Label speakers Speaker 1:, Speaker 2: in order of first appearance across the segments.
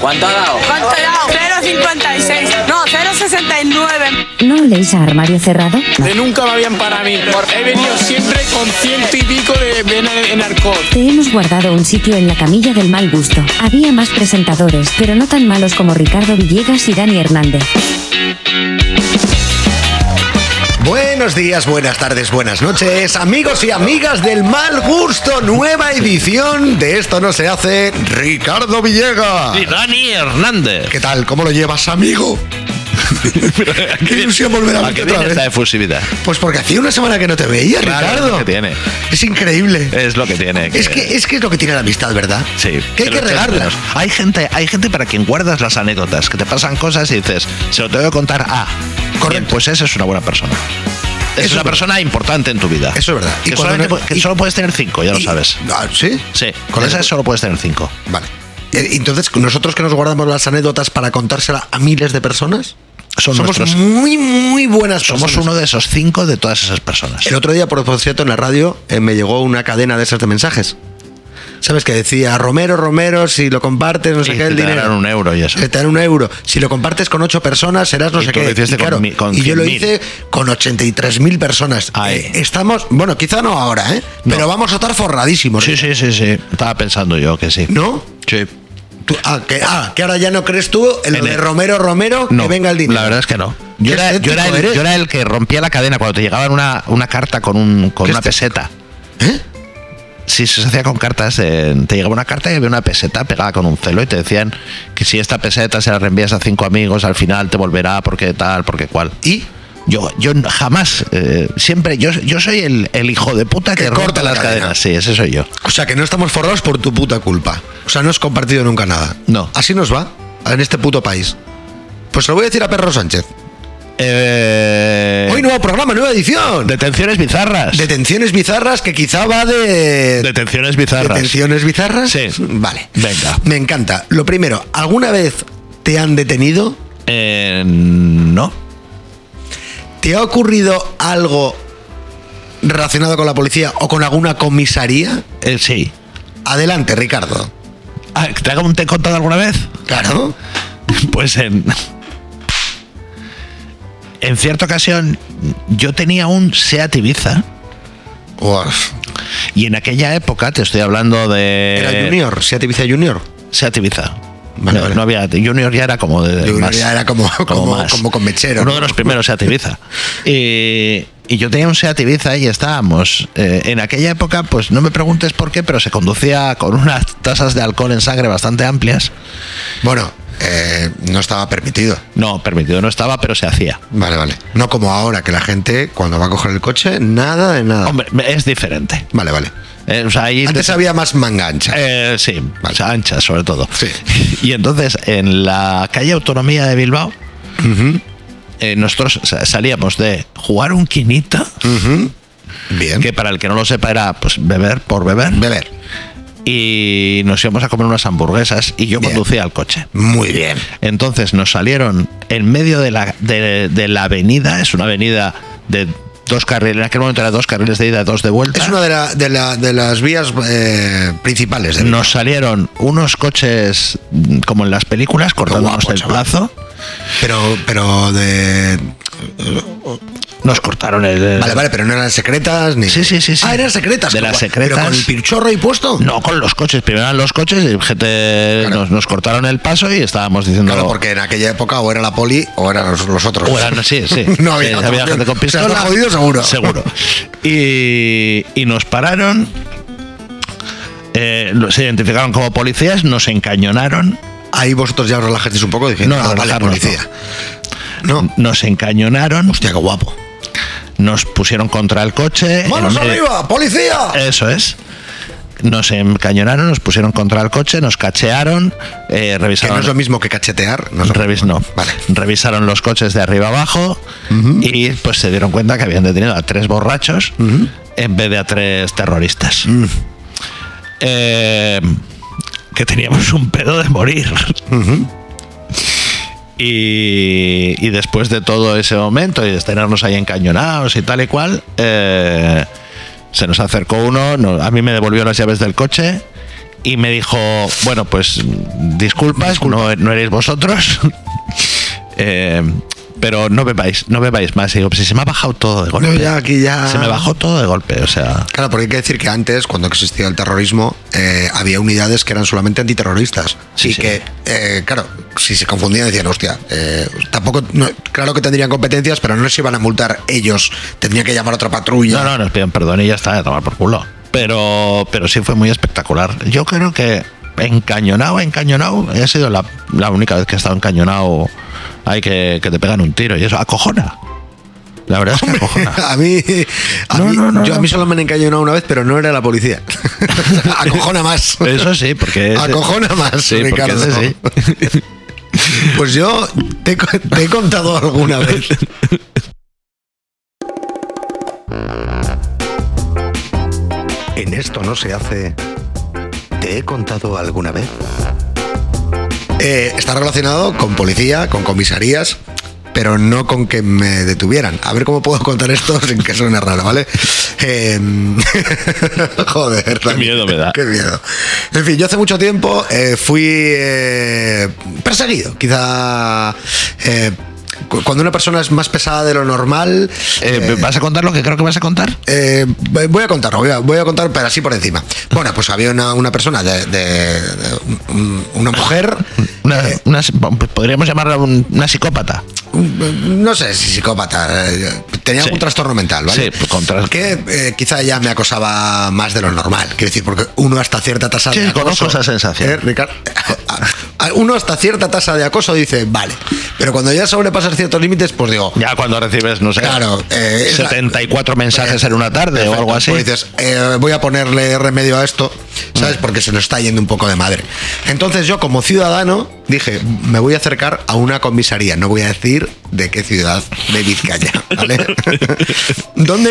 Speaker 1: ¿Cuánto ha dado?
Speaker 2: ¿Cuánto he dado? 0,56. No, 0,69.
Speaker 3: ¿No leéis a armario cerrado?
Speaker 4: De nunca me habían para mí. He venido siempre con ciento y pico de vena en alcohol.
Speaker 3: Te hemos guardado un sitio en la camilla del mal gusto. Había más presentadores, pero no tan malos como Ricardo Villegas y Dani Hernández.
Speaker 5: Buenos días, buenas tardes, buenas noches, amigos y amigas del mal gusto, nueva edición de Esto no se hace, Ricardo Villegas.
Speaker 6: Y Dani Hernández.
Speaker 5: ¿Qué tal? ¿Cómo lo llevas, amigo? Qué ilusión volver a
Speaker 6: ¿A
Speaker 5: verte
Speaker 6: qué
Speaker 5: otra
Speaker 6: viene esta
Speaker 5: vez.
Speaker 6: efusividad?
Speaker 5: Pues porque hacía una semana que no te veía,
Speaker 6: Claro, es
Speaker 5: Ricardo.
Speaker 6: lo que tiene.
Speaker 5: Es increíble.
Speaker 6: Es lo que tiene.
Speaker 5: Es que, es que es lo que tiene la amistad, ¿verdad?
Speaker 6: Sí.
Speaker 5: Que hay
Speaker 6: lo
Speaker 5: que
Speaker 6: echas
Speaker 5: regarla.
Speaker 6: menos. Hay gente, hay gente para quien guardas las anécdotas, que te pasan cosas y dices, se lo tengo que contar a.
Speaker 5: Correcto.
Speaker 6: Bien, pues esa es una buena persona. Es
Speaker 5: Eso es
Speaker 6: una
Speaker 5: verdad.
Speaker 6: persona importante en tu vida.
Speaker 5: Eso es verdad. Y
Speaker 6: Que,
Speaker 5: cuando
Speaker 6: solamente
Speaker 5: no-
Speaker 6: pu- que
Speaker 5: y-
Speaker 6: solo puedes tener cinco, ya lo
Speaker 5: Y-
Speaker 6: sabes.
Speaker 5: Ah, ¿Sí?
Speaker 6: Sí, con
Speaker 5: Con
Speaker 6: esas
Speaker 5: eso.
Speaker 6: solo puedes tener cinco.
Speaker 5: Vale. Eh, Entonces, nosotros que nos guardamos las anécdotas para contársela a miles de personas,
Speaker 6: Son
Speaker 5: somos
Speaker 6: nuestros.
Speaker 5: muy, muy buenas
Speaker 6: Somos
Speaker 5: personas.
Speaker 6: uno de esos cinco de todas esas personas.
Speaker 5: El otro día, por, por cierto, en la radio eh, me llegó una cadena de esas de mensajes. ¿Sabes? Que decía, Romero, Romero, si lo compartes, no sé
Speaker 6: Y
Speaker 5: qué,
Speaker 6: te
Speaker 5: el dinero. Eh,
Speaker 6: darán un euro y eso.
Speaker 5: Te darán un euro. Si lo compartes con ocho personas, serás no
Speaker 6: Y
Speaker 5: sé
Speaker 6: tú
Speaker 5: qué.
Speaker 6: lo hiciste
Speaker 5: y, claro,
Speaker 6: con mi- con
Speaker 5: y yo lo
Speaker 6: 100.000.
Speaker 5: hice con 83.000 personas.
Speaker 6: Ahí.
Speaker 5: Eh, estamos, bueno, quizá no ahora, ¿eh?
Speaker 6: No.
Speaker 5: Pero vamos a estar forradísimos. ¿eh?
Speaker 6: Sí, sí, sí, sí. Estaba pensando yo que sí.
Speaker 5: ¿No?
Speaker 6: Sí.
Speaker 5: Tú- ah, que, ah, que ahora ya no crees tú en lo
Speaker 6: En
Speaker 5: de
Speaker 6: el-
Speaker 5: Romero Romero
Speaker 6: No,
Speaker 5: que venga el dinero.
Speaker 6: La verdad es que no. Yo
Speaker 5: Qué
Speaker 6: era, yo,
Speaker 5: escéptico
Speaker 6: era el,
Speaker 5: eres.
Speaker 6: yo era el que rompía la cadena cuando te llegaban una, una carta con, un, con
Speaker 5: Qué
Speaker 6: una
Speaker 5: escéptico.
Speaker 6: peseta.
Speaker 5: este- ¿Eh?
Speaker 6: Sí, se hacía con cartas. eh, te llegaba una carta y había una peseta pegada con un celo y te decían que si esta peseta se la reenvías a cinco amigos, al final te volverá porque tal, porque cual.
Speaker 5: ¿Y?
Speaker 6: Yo, yo jamás, eh, siempre, yo, yo soy el, el hijo de puta que,
Speaker 5: Que
Speaker 6: corta
Speaker 5: corta la
Speaker 6: las
Speaker 5: cadena.
Speaker 6: cadenas. Sí, ese soy yo.
Speaker 5: O sea, que no estamos forrados por tu puta culpa. O sea, no has compartido nunca nada.
Speaker 6: No.
Speaker 5: Así nos va en este puto país. Pues se lo voy a decir a Perro Sánchez.
Speaker 6: Eh,
Speaker 5: Hoy nuevo programa, nueva edición.
Speaker 6: Detenciones bizarras.
Speaker 5: Detenciones bizarras que quizá va de...
Speaker 6: Detenciones bizarras.
Speaker 5: ¿Detenciones bizarras?
Speaker 6: Sí.
Speaker 5: Vale.
Speaker 6: Venga.
Speaker 5: Me encanta. Lo primero, ¿alguna vez te han detenido?
Speaker 6: Eh, no.
Speaker 5: ¿Te ha ocurrido algo relacionado con la policía o con alguna comisaría?
Speaker 6: Eh, sí.
Speaker 5: Adelante, Ricardo.
Speaker 6: Ah, ¿Te hago un te he contado alguna vez?
Speaker 5: Claro.
Speaker 6: Pues en. En cierta ocasión, yo tenía un Seat Ibiza.
Speaker 5: Uf.
Speaker 6: Eh. Y en aquella época, te estoy hablando de.
Speaker 5: Era Junior, Seat Ibiza Junior.
Speaker 6: Seat Ibiza.
Speaker 5: Vale,
Speaker 6: no,
Speaker 5: vale.
Speaker 6: no había. Junior ya era como de.
Speaker 5: Junior
Speaker 6: más-
Speaker 5: ya era como- como- como con mechero,
Speaker 6: Uno
Speaker 5: ¿no?
Speaker 6: de los primeros Seat Ibiza. Y, y yo tenía un Seat Ibiza y estábamos. eh, en aquella época, pues no me preguntes por qué, pero se conducía con unas tasas de alcohol en sangre bastante amplias.
Speaker 5: Bueno, eh, no estaba permitido.
Speaker 6: No, permitido no estaba, pero se hacía.
Speaker 5: Vale, vale. No como ahora, que la gente cuando va a coger el coche, nada de nada.
Speaker 6: Hombre, es diferente.
Speaker 5: Vale, vale.
Speaker 6: Eh, o sea, ahí
Speaker 5: Antes
Speaker 6: te-
Speaker 5: había más mangancha.
Speaker 6: Eh, sí, o sea, ancha sobre todo.
Speaker 5: Sí.
Speaker 6: Y entonces en la calle Autonomía de Bilbao, eh, nosotros sa- salíamos de jugar un quinita,
Speaker 5: Bien.
Speaker 6: que para el que no lo sepa era pues beber por beber,
Speaker 5: Beber.
Speaker 6: y nos íbamos a comer unas hamburguesas y yo
Speaker 5: Bien.
Speaker 6: conducía el coche.
Speaker 5: Muy bien.
Speaker 6: Entonces nos salieron en medio de la, de, de la avenida, es una avenida de dos carriles, en aquel momento era dos carriles de ida, dos de vuelta.
Speaker 5: Es una de, la- de la- de las vías eh, principales de
Speaker 6: nos salieron unos coches mm, como en las películas, cortándonos
Speaker 5: guapo,
Speaker 6: el
Speaker 5: chaval.
Speaker 6: plazo.
Speaker 5: Pero, pero de.
Speaker 6: Nos cortaron el.
Speaker 5: Vale, vale, pero no eran secretas ni.
Speaker 6: Sí, sí, sí, sí.
Speaker 5: Ah, eran secretas.
Speaker 6: De las
Speaker 5: Guau,
Speaker 6: secretas.
Speaker 5: Pero con el pirchorro ahí puesto.
Speaker 6: No con los coches, primero eran los coches y gente
Speaker 5: Claro.
Speaker 6: nos, nos cortaron el paso y estábamos diciendo.
Speaker 5: Claro, porque en aquella época o era la poli o eran los, los otros.
Speaker 6: O eran- sí, sí.
Speaker 5: no había,
Speaker 6: Eh,
Speaker 5: otra opción.
Speaker 6: gente con
Speaker 5: O sea,
Speaker 6: pistola.
Speaker 5: está jodido seguro.
Speaker 6: Seguro. Y, y nos pararon. eh, lo- se identificaron como policías, nos encañonaron.
Speaker 5: Ahí vosotros ya os relajasteis un poco diciendo,
Speaker 6: No,
Speaker 5: ah, vale,
Speaker 6: relajarnos,
Speaker 5: policía. No.
Speaker 6: Nos encañonaron.
Speaker 5: Hostia, qué guapo.
Speaker 6: Nos pusieron contra el coche.
Speaker 5: ¡Manos
Speaker 6: en- eh,
Speaker 5: arriba! ¡Policía!
Speaker 6: Eso es. Nos encañonaron, nos pusieron contra el coche, nos cachearon,
Speaker 5: que
Speaker 6: eh,
Speaker 5: no
Speaker 6: revisaron.
Speaker 5: es lo mismo que cachetear. No es lo
Speaker 6: Revis-
Speaker 5: mismo.
Speaker 6: no.
Speaker 5: Vale.
Speaker 6: Revisaron los coches de arriba abajo y pues se dieron cuenta que habían detenido a tres borrachos en vez de a tres terroristas.
Speaker 5: Mm.
Speaker 6: Eh, que teníamos un pedo de morir. Y, y después de todo ese momento y de tenernos ahí encañonados y tal y cual, eh, se nos acercó uno, no- a mí me devolvió las llaves del coche y me dijo, bueno, pues disculpas, No, no eres vosotros, Eh, pero no bebáis, no bebáis más. Y digo, pues si se me ha bajado todo de golpe.
Speaker 5: No, ya, aquí ya.
Speaker 6: Se me bajó todo de golpe, o sea...
Speaker 5: Claro, porque hay que decir que antes, cuando existía el terrorismo, eh, había unidades que eran solamente antiterroristas.
Speaker 6: Sí,
Speaker 5: y
Speaker 6: sí.
Speaker 5: que, eh, claro, si se confundían decían, hostia, eh, tampoco, no- claro que tendrían competencias, pero no les iban a multar ellos. Tendrían que llamar a otra patrulla.
Speaker 6: No, no, nos piden perdón y ya está, a tomar por culo. Pero, pero sí fue muy espectacular. Yo creo que encañonado, encañonado, ha sido la, la única vez que he estado encañonado. Hay que, que te pegan un tiro y eso, acojona. La verdad es que acojona.
Speaker 5: A mí, a
Speaker 6: No,
Speaker 5: mí-
Speaker 6: no, no,
Speaker 5: yo a
Speaker 6: no.
Speaker 5: mí solo me han encañonado una vez, pero no era la policía. Acojona más.
Speaker 6: Eso sí, porque. es-
Speaker 5: Acojona más,
Speaker 6: Sí, porque
Speaker 5: Ricardo. ¿eh?
Speaker 6: ese sí.
Speaker 5: Pues yo te, he co- te he contado alguna vez. En esto no se hace. ¿Te he contado alguna vez? Eh, está relacionado con policía, con comisarías, pero no con que me detuvieran. A ver cómo puedo contar esto sin que suene raro, ¿vale? Eh, Joder, Dani,
Speaker 6: miedo me da.
Speaker 5: Qué miedo. En fin, yo hace mucho tiempo eh, fui eh, perseguido. Quizá eh, cu- cuando una persona es más pesada de lo normal,
Speaker 6: Eh, ¿Vas a contar lo que creo que vas a contar?
Speaker 5: eh, voy a contarlo, voy a, voy a contar, pero así por encima. Bueno, pues había una, una persona, de, de- de- un- una mujer,
Speaker 6: Una-
Speaker 5: Eh.
Speaker 6: una- podríamos llamarla un- una psicópata.
Speaker 5: un- no sé si psicópata, eh, tenía
Speaker 6: Sí.
Speaker 5: algún trastorno mental,
Speaker 6: Sí,
Speaker 5: ¿vale?
Speaker 6: pues, con tras-
Speaker 5: Que eh, quizá ya me acosaba más de lo normal, quiero decir, porque uno hasta cierta tasa
Speaker 6: Sí,
Speaker 5: de acoso.
Speaker 6: conozco esa sensación.
Speaker 5: Eh, Ricardo? Uno hasta cierta tasa de acoso dice, vale, pero cuando ya sobrepasas ciertos límites, pues digo,
Speaker 6: Ya cuando recibes, no sé,
Speaker 5: Claro, eh, es la-
Speaker 6: 74 mensajes en una tarde o
Speaker 5: Perfecto.
Speaker 6: algo así.
Speaker 5: Pues dices, eh, voy a ponerle remedio a esto, ¿sabes?
Speaker 6: Mm.
Speaker 5: Porque se nos está yendo un poco de madre. Entonces yo como ciudadano dije, me voy a acercar a una comisaría, no voy a decir de qué ciudad de Vizcaya, ¿vale? Donde...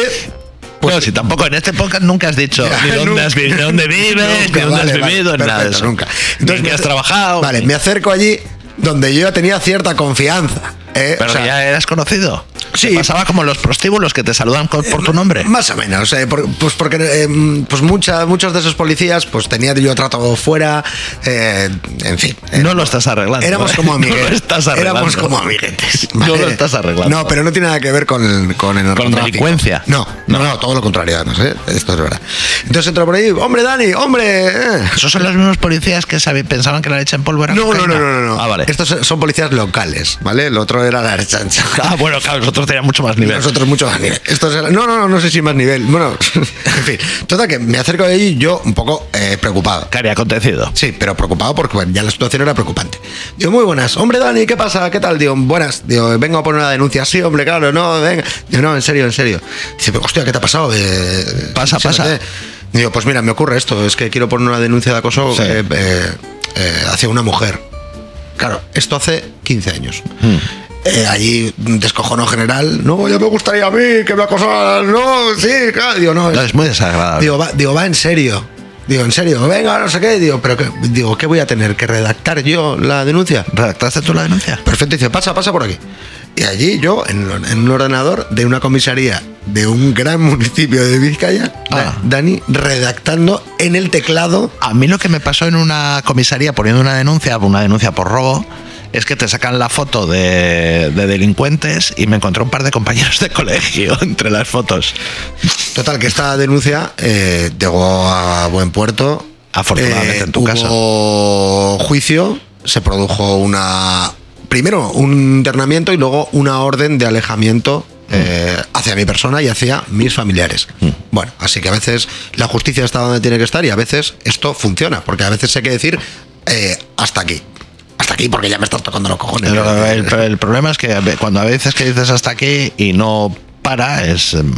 Speaker 6: Pues, si tampoco en este podcast nunca has dicho ni dónde, has, vi- ni dónde vives,
Speaker 5: Nunca,
Speaker 6: ni dónde has
Speaker 5: vale, vale,
Speaker 6: vivido, ni nada de
Speaker 5: perfecto,
Speaker 6: eso.
Speaker 5: Nunca.
Speaker 6: Ni en qué
Speaker 5: me-
Speaker 6: has trabajado.
Speaker 5: Vale, me acerco allí donde yo ya tenía cierta confianza. ¿eh?
Speaker 6: Pero
Speaker 5: O sea,
Speaker 6: ya eras conocido.
Speaker 5: Sí.
Speaker 6: Te pasaba como los prostíbulos que te saludan co- por tu nombre.
Speaker 5: Más o menos, eh, por- pues porque eh, pues mucha- muchos de esos policías pues tenía yo trato fuera, eh, en fin. eh,
Speaker 6: No lo estás arreglando.
Speaker 5: Éramos
Speaker 6: ¿eh?
Speaker 5: como amiguetes.
Speaker 6: No lo estás arreglando.
Speaker 5: Éramos como amiguetes.
Speaker 6: No lo estás arreglando.
Speaker 5: No, pero no tiene nada que ver con el, con el narcotráfico.
Speaker 6: delincuencia.
Speaker 5: No, no, no, todo lo contrario, además, ¿eh? Esto es verdad. Entonces entro por ahí, hombre, Dani, hombre. eh".
Speaker 6: Esos son los mismos policías que sabe- pensaban que la leche en polvo era
Speaker 5: No, no, no,
Speaker 6: cocaína.
Speaker 5: no, no.
Speaker 6: Ah, vale.
Speaker 5: Estos son- son policías locales, ¿vale? El otro era la archancha.
Speaker 6: Ah, bueno, claro, nosotros teníamos mucho más
Speaker 5: Y
Speaker 6: nivel.
Speaker 5: Nosotros mucho más nivel. Esto será- no, no, no, no sé si más nivel. Bueno, en fin. Total, que me acerco de ahí yo un poco eh, preocupado.
Speaker 6: ¿Qué había acontecido?
Speaker 5: Sí, pero preocupado porque bueno, ya la situación era preocupante. Digo, muy buenas. Hombre, Dani, ¿qué pasa? ¿Qué tal? Digo, buenas. Digo, vengo a poner una denuncia. Sí, hombre, claro, no, venga. Digo, no, en serio, en serio. Dice, pero, hostia, ¿qué te ha pasado? Eh,
Speaker 6: Pasa,
Speaker 5: sí,
Speaker 6: pasa.
Speaker 5: no sé. Digo, pues mira, me ocurre esto. Es que quiero poner una denuncia de acoso
Speaker 6: Sí.
Speaker 5: eh, eh, eh, hacia una mujer. Claro, esto hace 15 años.
Speaker 6: Hmm.
Speaker 5: Eh, allí un descojono general. No, ya me gustaría a mí que me acosaran. No, sí, claro. Digo, no,
Speaker 6: No, es muy desagradable.
Speaker 5: Pues- Digo, va, digo, va en serio. Digo, en serio, venga, no sé qué. Digo, pero qué, digo, ¿qué voy a tener? ¿Que redactar yo la denuncia?
Speaker 6: ¿Redactaste tú la denuncia?
Speaker 5: Perfecto, dice, pasa, pasa por aquí. Y allí yo, en, lo- en un ordenador de una comisaría de un gran municipio de Vizcaya, Da-
Speaker 6: Ah.
Speaker 5: Dani redactando en el teclado.
Speaker 6: A mí lo que me pasó en una comisaría poniendo una denuncia, una denuncia por robo, es que te sacan la foto de, de delincuentes y me encontré un par de compañeros de colegio entre las fotos.
Speaker 5: Total, que esta denuncia eh, llegó a buen puerto.
Speaker 6: Afortunadamente, en tu
Speaker 5: hubo juicio, se produjo una. Primero un internamiento y luego una orden de alejamiento
Speaker 6: Mm.
Speaker 5: eh, hacia mi persona y hacia mis familiares. Bueno, así que a veces la justicia está donde tiene que estar y a veces esto funciona, porque a veces hay que decir eh, hasta aquí. Hasta aquí, porque ya me estás tocando los cojones.
Speaker 6: Pero el, el problema es que a ve- cuando a veces que dices hasta aquí y no para, es... em,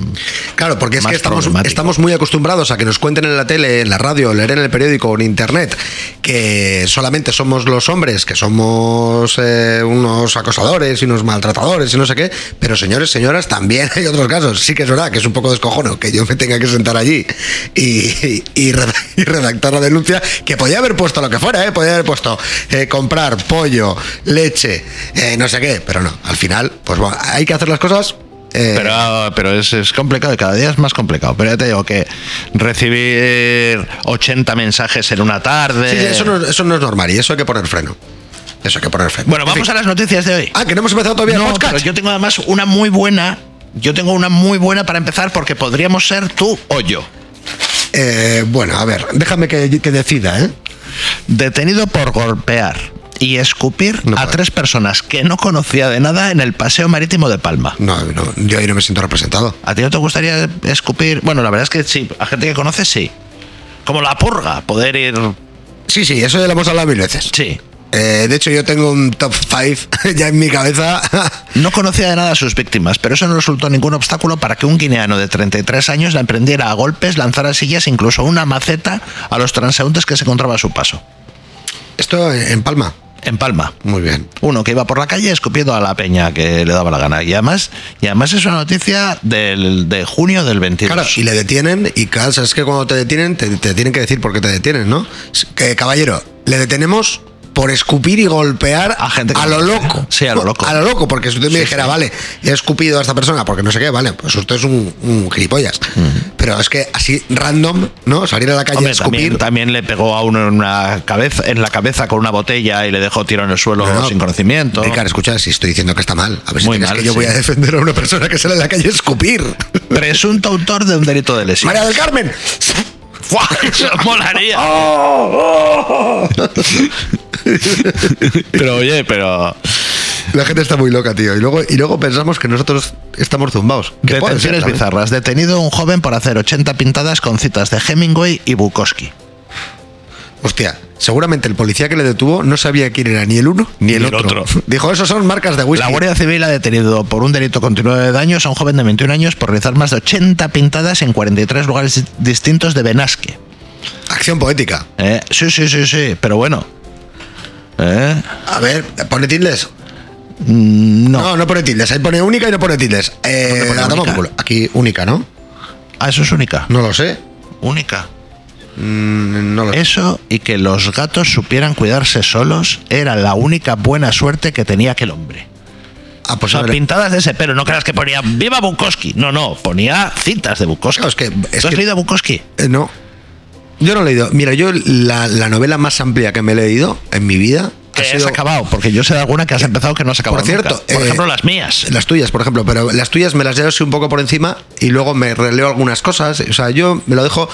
Speaker 5: Claro, porque es
Speaker 6: Más
Speaker 5: que estamos,
Speaker 6: problemático.
Speaker 5: estamos muy acostumbrados a que nos cuenten en la tele, en la radio, leer en el periódico o en internet que solamente somos los hombres, que somos eh, unos acosadores y unos maltratadores y no sé qué, pero señores, señoras, también hay otros casos. Sí que es verdad que es un poco descojono que yo me tenga que sentar allí y, y- y reda- y redactar la denuncia, que podía haber puesto lo que fuera, ¿eh? podía haber puesto eh, comprar pollo, leche, eh, no sé qué, pero no, al final, pues bueno, hay que hacer las cosas eh, Eh,
Speaker 6: Pero, ah, pero es, es complicado y cada día es más complicado. Pero ya te digo que recibir 80 mensajes en una tarde.
Speaker 5: sí, sí, eso, no, eso no es normal y eso hay que poner freno. Eso hay que poner freno.
Speaker 6: Bueno,
Speaker 5: En
Speaker 6: vamos
Speaker 5: fin.
Speaker 6: a las noticias de hoy.
Speaker 5: Ah, que no hemos empezado todavía el
Speaker 6: No,
Speaker 5: podcast.
Speaker 6: pero yo tengo además una muy buena. Yo tengo una muy buena para empezar porque podríamos ser tú o yo.
Speaker 5: Eh, bueno, a ver, déjame que, que decida, ¿eh?
Speaker 6: Detenido por golpear y escupir
Speaker 5: No
Speaker 6: a
Speaker 5: puede.
Speaker 6: tres personas que no conocía de nada en el paseo marítimo de Palma.
Speaker 5: No, no, yo ahí no me siento representado.
Speaker 6: ¿A ti no te gustaría escupir? Bueno, la verdad es que sí, a gente que conoces sí. Como la purga, poder ir.
Speaker 5: Sí, sí, eso ya lo hemos hablado mil veces.
Speaker 6: Sí.
Speaker 5: Eh, de hecho, yo tengo un top 5 ya en mi cabeza.
Speaker 6: No conocía de nada a sus víctimas, pero eso no resultó ningún obstáculo para que un guineano de 33 años la emprendiera a golpes, lanzara sillas e incluso una maceta a los transeúntes que se encontraba a su paso.
Speaker 5: Esto en Palma.
Speaker 6: En Palma.
Speaker 5: Muy bien.
Speaker 6: Uno que iba por la calle escupiendo a la peña que le daba la gana. Y además, y además es una noticia del, de junio del 22.
Speaker 5: Claro, y le detienen y claro, es que cuando te detienen te, te tienen que decir por qué te detienen, ¿no? Es que, caballero, le detenemos por escupir y golpear
Speaker 6: A gente que
Speaker 5: a lo
Speaker 6: no-
Speaker 5: loco.
Speaker 6: Sí, a lo loco.
Speaker 5: A lo loco, porque si usted me
Speaker 6: Sí,
Speaker 5: dijera,
Speaker 6: sí.
Speaker 5: vale, he escupido a esta persona porque no sé qué, vale, pues usted es un, un gilipollas. Pero es que así random, ¿no? Salir a la calle
Speaker 6: Hombre,
Speaker 5: a escupir.
Speaker 6: también, también le pegó a uno en, una cabeza, en la cabeza con una botella y le dejó tiro en el suelo
Speaker 5: No, no,
Speaker 6: sin conocimiento.
Speaker 5: Ricard, escucha, si estoy diciendo que está mal, a ver si
Speaker 6: Muy
Speaker 5: tienes
Speaker 6: mal,
Speaker 5: que yo
Speaker 6: sí.
Speaker 5: voy a defender a una persona que sale a la calle a escupir.
Speaker 6: Presunto autor de un delito de lesión.
Speaker 5: María ¡Ah! del Carmen.
Speaker 6: ¡Fua! Eso molaría.
Speaker 5: ¡Ah!
Speaker 6: pero oye, pero.
Speaker 5: La gente está muy loca, tío. Y luego, y luego pensamos que nosotros estamos zumbados. Que puede ser
Speaker 6: Detenciones
Speaker 5: también.
Speaker 6: bizarras. Detenido un joven por hacer 80 pintadas con citas de Hemingway y Bukowski.
Speaker 5: Hostia, seguramente el policía que le detuvo no sabía quién era ni el uno ni el,
Speaker 6: Ni el
Speaker 5: otro.
Speaker 6: otro.
Speaker 5: Dijo, esos son marcas de whisky.
Speaker 6: La Guardia Civil ha detenido por un delito continuo de daños a un joven de 21 años por realizar más de 80 pintadas en 43 lugares distintos de Benasque.
Speaker 5: Acción poética.
Speaker 6: Eh, Sí, sí, sí, sí, pero bueno. Eh,
Speaker 5: A ver, pone tildes.
Speaker 6: mm, No.
Speaker 5: No, no pone tildes. Ahí pone única y no pone tildes. Eh,
Speaker 6: ¿Dónde pone
Speaker 5: la toma
Speaker 6: única?
Speaker 5: por culo. Aquí única, ¿no?
Speaker 6: Ah, eso es única.
Speaker 5: No lo sé.
Speaker 6: Única.
Speaker 5: Mm, No lo sé.
Speaker 6: Eso y que los gatos supieran cuidarse solos era la única buena suerte que tenía aquel hombre.
Speaker 5: Ah,
Speaker 6: O
Speaker 5: pues a
Speaker 6: sea,
Speaker 5: ver.
Speaker 6: pintadas de ese pelo, no creas que ponía ¡Viva Bukowski! No, no, ponía citas de Bukowski.
Speaker 5: Claro, es que- es
Speaker 6: ¿Tú has
Speaker 5: que-
Speaker 6: leído a Bukowski?
Speaker 5: Eh, No. Yo no he leído. Mira, yo la, la novela más amplia que me he leído en mi vida
Speaker 6: Que
Speaker 5: ha
Speaker 6: has
Speaker 5: sido Eh,
Speaker 6: acabado, porque yo sé de alguna que has empezado que no has acabado.
Speaker 5: Por cierto,
Speaker 6: nunca. por
Speaker 5: eh,
Speaker 6: ejemplo, las mías.
Speaker 5: las tuyas, por ejemplo, pero las tuyas me las leo así un poco por encima y luego me releo algunas cosas. O sea, yo me lo dejo.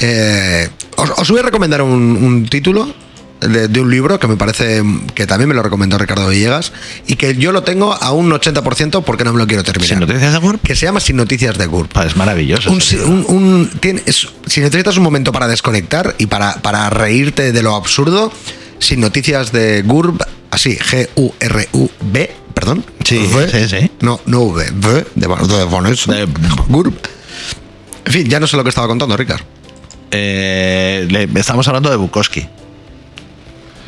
Speaker 5: eh, os, os voy a recomendar un, un título de, de un libro que me parece que también me lo recomendó Ricardo Villegas y que yo lo tengo a un 80% porque no me lo quiero terminar.
Speaker 6: Sin noticias de Gurp,
Speaker 5: Que se llama Sin Noticias de GURP.
Speaker 6: es maravilloso.
Speaker 5: Un,
Speaker 6: ese libro.
Speaker 5: un- un- tiene- es- si necesitas un momento para desconectar y para, para reírte de lo absurdo, sin noticias de GURB, así, G-U-R-U-B, perdón.
Speaker 6: Sí, sí, sí.
Speaker 5: No, no V, V, de, de Vanessa.
Speaker 6: De-
Speaker 5: GURB. En fin, ya no sé lo que estaba contando, Ricard.
Speaker 6: Eh, le- estamos hablando de Bukowski.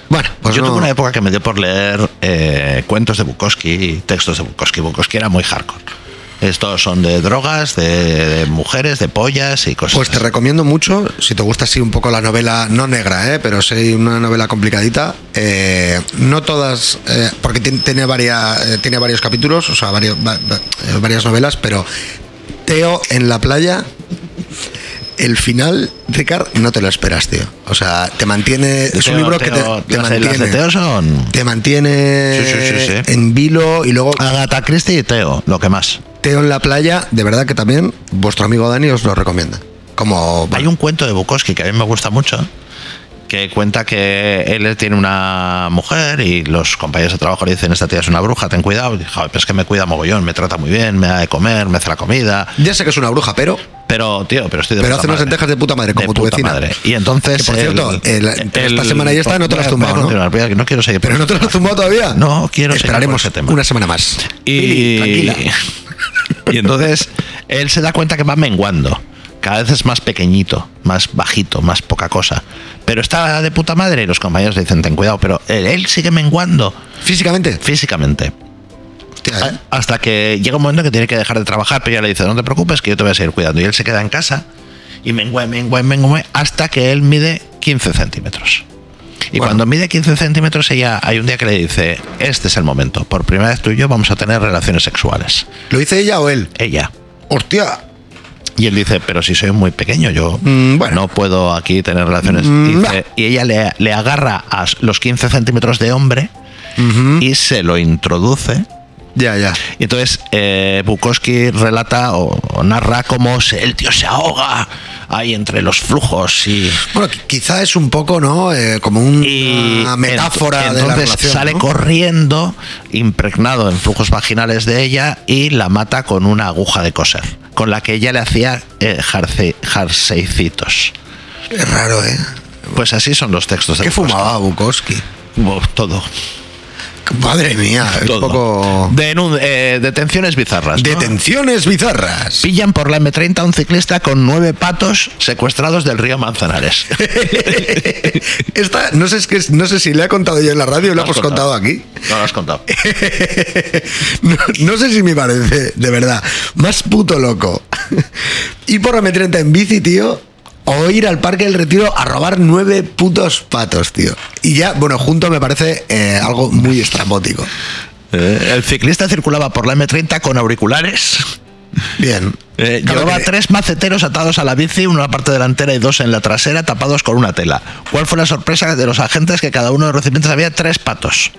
Speaker 5: Bueno, pues
Speaker 6: yo
Speaker 5: no-
Speaker 6: tuve una época que me dio por leer eh, cuentos de Bukowski y textos de Bukowski. Bukowski era muy hardcore. Estos son de drogas, de, de mujeres, de pollas y cosas.
Speaker 5: Pues te
Speaker 6: así.
Speaker 5: recomiendo mucho, si te gusta así un poco la novela, no negra, ¿eh? pero sí una novela complicadita. eh, no todas, eh, porque tien- tiene, varia- eh, tiene varios capítulos, o sea, varios, va- va- eh, varias novelas, pero Teo en la playa, el final, Ricard, no te lo esperas, tío. O sea, te mantiene. Es un
Speaker 6: Teo-
Speaker 5: libro que te,
Speaker 6: Teo-
Speaker 5: te
Speaker 6: las de-
Speaker 5: mantiene.
Speaker 6: Las de Teo son
Speaker 5: Te mantiene
Speaker 6: Sí, sí, sí, sí.
Speaker 5: en vilo y luego
Speaker 6: Agatha Christie y Teo, lo que más.
Speaker 5: Teo en la playa, de verdad que también vuestro amigo Dani os lo recomienda. Como
Speaker 6: Hay un cuento de Bukowski que a mí me gusta mucho, que cuenta que él tiene una mujer y los compañeros de trabajo le dicen, esta tía es una bruja, ten cuidado. Y, dice, "Joder, pero es que me cuida mogollón, me trata muy bien, me da de comer, me hace la comida.
Speaker 5: Ya sé que es una bruja, pero.
Speaker 6: Pero, tío, pero estoy de
Speaker 5: Pero
Speaker 6: puta
Speaker 5: hace unas
Speaker 6: madre.
Speaker 5: lentejas de puta madre, como tu
Speaker 6: puta
Speaker 5: vecina.
Speaker 6: madre. Y entonces...
Speaker 5: Que, por cierto, el- esta semana ya está, no te lo has
Speaker 6: Voy a-
Speaker 5: tumbado,
Speaker 6: voy a
Speaker 5: ¿no?
Speaker 6: continuar, voy a- no quiero seguir.
Speaker 5: Pero no te lo has tumbado todavía.
Speaker 6: No, quiero seguir
Speaker 5: Esperaremos
Speaker 6: por ese tema.
Speaker 5: una semana más.
Speaker 6: Y,
Speaker 5: Pili, tranquila.
Speaker 6: y entonces él se da cuenta que va menguando. Cada vez es más pequeñito, más bajito, más poca cosa. Pero está de puta madre y los compañeros le dicen, ten cuidado, pero él, él sigue menguando
Speaker 5: Físicamente.
Speaker 6: físicamente.
Speaker 5: Hostia, ¿eh?
Speaker 6: A- Hasta que llega un momento que tiene que dejar de trabajar, pero ya le dice, no te preocupes, que yo te voy a seguir cuidando. Y él se queda en casa y mengua, mengua, mengua, hasta que él mide 15 centímetros. Y cuando mide 15 centímetros, ella hay un día que le dice, este es el momento, por primera vez tú y yo vamos a tener relaciones sexuales.
Speaker 5: ¿Lo hice ella o él?
Speaker 6: Ella.
Speaker 5: ¡Hostia!
Speaker 6: Y él dice, pero si soy muy pequeño, yo
Speaker 5: Mm, bueno.
Speaker 6: no puedo aquí tener relaciones.
Speaker 5: Mm,
Speaker 6: Dice- y ella le, le agarra a los 15 centímetros de hombre y se lo introduce.
Speaker 5: Ya, ya.
Speaker 6: Y entonces eh, Bukowski relata o, o narra cómo se- el tío se ahoga ahí entre los flujos y...
Speaker 5: Bueno, qui- quizá es un poco, ¿no? Eh, como un-
Speaker 6: y
Speaker 5: una metáfora
Speaker 6: ent-
Speaker 5: de la
Speaker 6: entonces
Speaker 5: relación.
Speaker 6: sale
Speaker 5: ¿no?
Speaker 6: corriendo impregnado en flujos vaginales de ella y la mata con una aguja de coser con la que ella le hacía eh, jarce- jarseicitos
Speaker 5: Es raro, ¿eh?
Speaker 6: pues así son los textos de
Speaker 5: ¿Qué
Speaker 6: Bukowski.
Speaker 5: fumaba Bukowski?
Speaker 6: Uf, todo,
Speaker 5: Madre mía, es
Speaker 6: todo.
Speaker 5: un poco.
Speaker 6: Denun- eh, detenciones bizarras ¿no?
Speaker 5: Detenciones bizarras.
Speaker 6: Pillan por la M30 a un ciclista con nueve patos secuestrados del río Manzanares.
Speaker 5: Esta, no sé, es que- no sé si le he contado yo en la radio o la
Speaker 6: ¿Lo has
Speaker 5: hemos contado aquí.
Speaker 6: No lo has contado.
Speaker 5: no, no sé si me parece, de verdad, más puto loco. ir por M30 en bici, tío, o ir al Parque del Retiro a robar nueve putos patos, tío. Y ya, bueno, junto me parece eh, algo muy estrambótico.
Speaker 6: Eh, el ciclista circulaba por la M30 con auriculares,
Speaker 5: Bien.
Speaker 6: Eh,
Speaker 5: Claro
Speaker 6: llevaba
Speaker 5: que-
Speaker 6: tres maceteros atados a la bici, uno en la parte delantera y dos en la trasera, tapados con una tela. ¿Cuál fue la sorpresa de los agentes? Que cada uno de los recipientes había tres patos.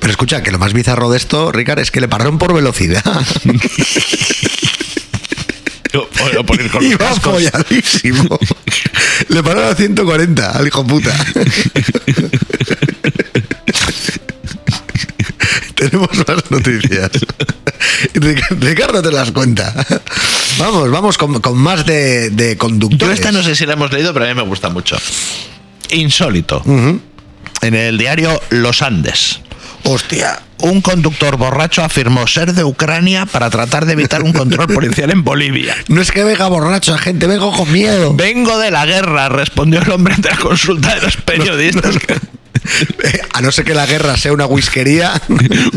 Speaker 5: Pero escucha, que lo más bizarro de esto, Ricard, es que le pararon por velocidad. Iba folladísimo. Le pararon a 140 al hijo puta. Tenemos más noticias. Ric- Ricardo te las cuenta. Vamos, vamos con, con más de, de
Speaker 6: Yo
Speaker 5: conductores.
Speaker 6: esta no sé si la hemos leído, pero a mí me gusta mucho. Insólito. En el diario Los Andes.
Speaker 5: Hostia.
Speaker 6: Un conductor borracho afirmó ser de Ucrania para tratar de evitar un control policial en Bolivia.
Speaker 5: No es que venga borracho, gente, vengo con miedo.
Speaker 6: Vengo de la guerra, respondió el hombre ante la consulta de los periodistas.
Speaker 5: A no ser que la guerra sea una whiskería.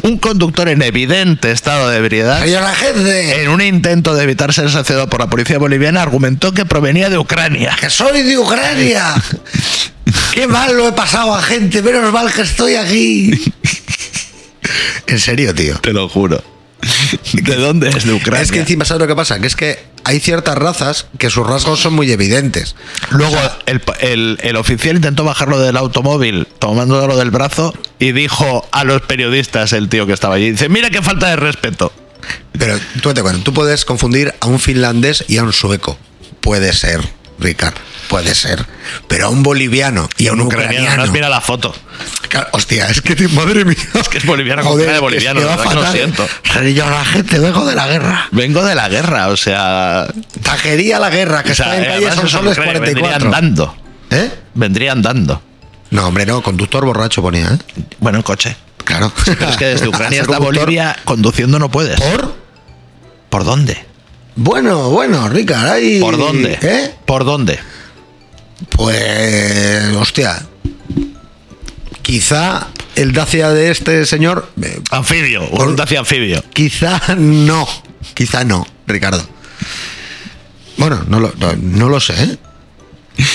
Speaker 6: Un conductor en evidente estado de ebriedad
Speaker 5: ¡Señor la gente!
Speaker 6: en un intento de evitar ser saciado por la policía boliviana, argumentó que provenía de Ucrania.
Speaker 5: ¡Que soy de Ucrania! ¡Qué mal lo he pasado a gente! ¡Menos mal que estoy aquí! En serio, tío.
Speaker 6: Te lo juro. ¿De dónde es de Ucrania?
Speaker 5: Es que encima, ¿sabes lo que pasa? Que es que hay ciertas razas que sus rasgos son muy evidentes.
Speaker 6: Luego el, el- el oficial intentó bajarlo del automóvil tomándolo del brazo y dijo a los periodistas, el tío que estaba allí, dice, mira qué falta de respeto.
Speaker 5: Pero tú te cuento, tú puedes confundir a un finlandés y a un sueco. Puede ser, Ricard. Puede ser. Pero a un boliviano y a un ucraniano.
Speaker 6: no, mira la foto.
Speaker 5: Claro, Hostia, es que te- madre mía. Es
Speaker 6: que es boliviano con cara de boliviano, de verdad que lo siento.
Speaker 5: Yo la gente, vengo de la guerra.
Speaker 6: Vengo de la guerra, o sea...
Speaker 5: Tajería la guerra, que
Speaker 6: o sea,
Speaker 5: está en
Speaker 6: eh,
Speaker 5: calle
Speaker 6: además
Speaker 5: Son
Speaker 6: eso en
Speaker 5: Soles
Speaker 6: Ucrania,
Speaker 5: 44.
Speaker 6: Vendría andando.
Speaker 5: ¿Eh?
Speaker 6: Vendría andando.
Speaker 5: No, hombre, no, conductor borracho ponía, ¿eh?
Speaker 6: Bueno, en coche.
Speaker 5: Claro.
Speaker 6: Pero es que desde
Speaker 5: Ser
Speaker 6: Ucrania hasta
Speaker 5: conductor-
Speaker 6: Bolivia conduciendo no puedes.
Speaker 5: ¿Por?
Speaker 6: ¿Por dónde?
Speaker 5: Bueno, bueno, Ricard, ahí.
Speaker 6: ¿Por dónde?
Speaker 5: ¿Eh?
Speaker 6: ¿Por dónde?
Speaker 5: Pues. Hostia. Quizá el Dacia de este señor. eh,
Speaker 6: Anfibio,
Speaker 5: Por-
Speaker 6: un Dacia anfibio.
Speaker 5: Quizá no. Quizá no, Ricardo. Bueno, no lo, no, no lo sé, ¿eh?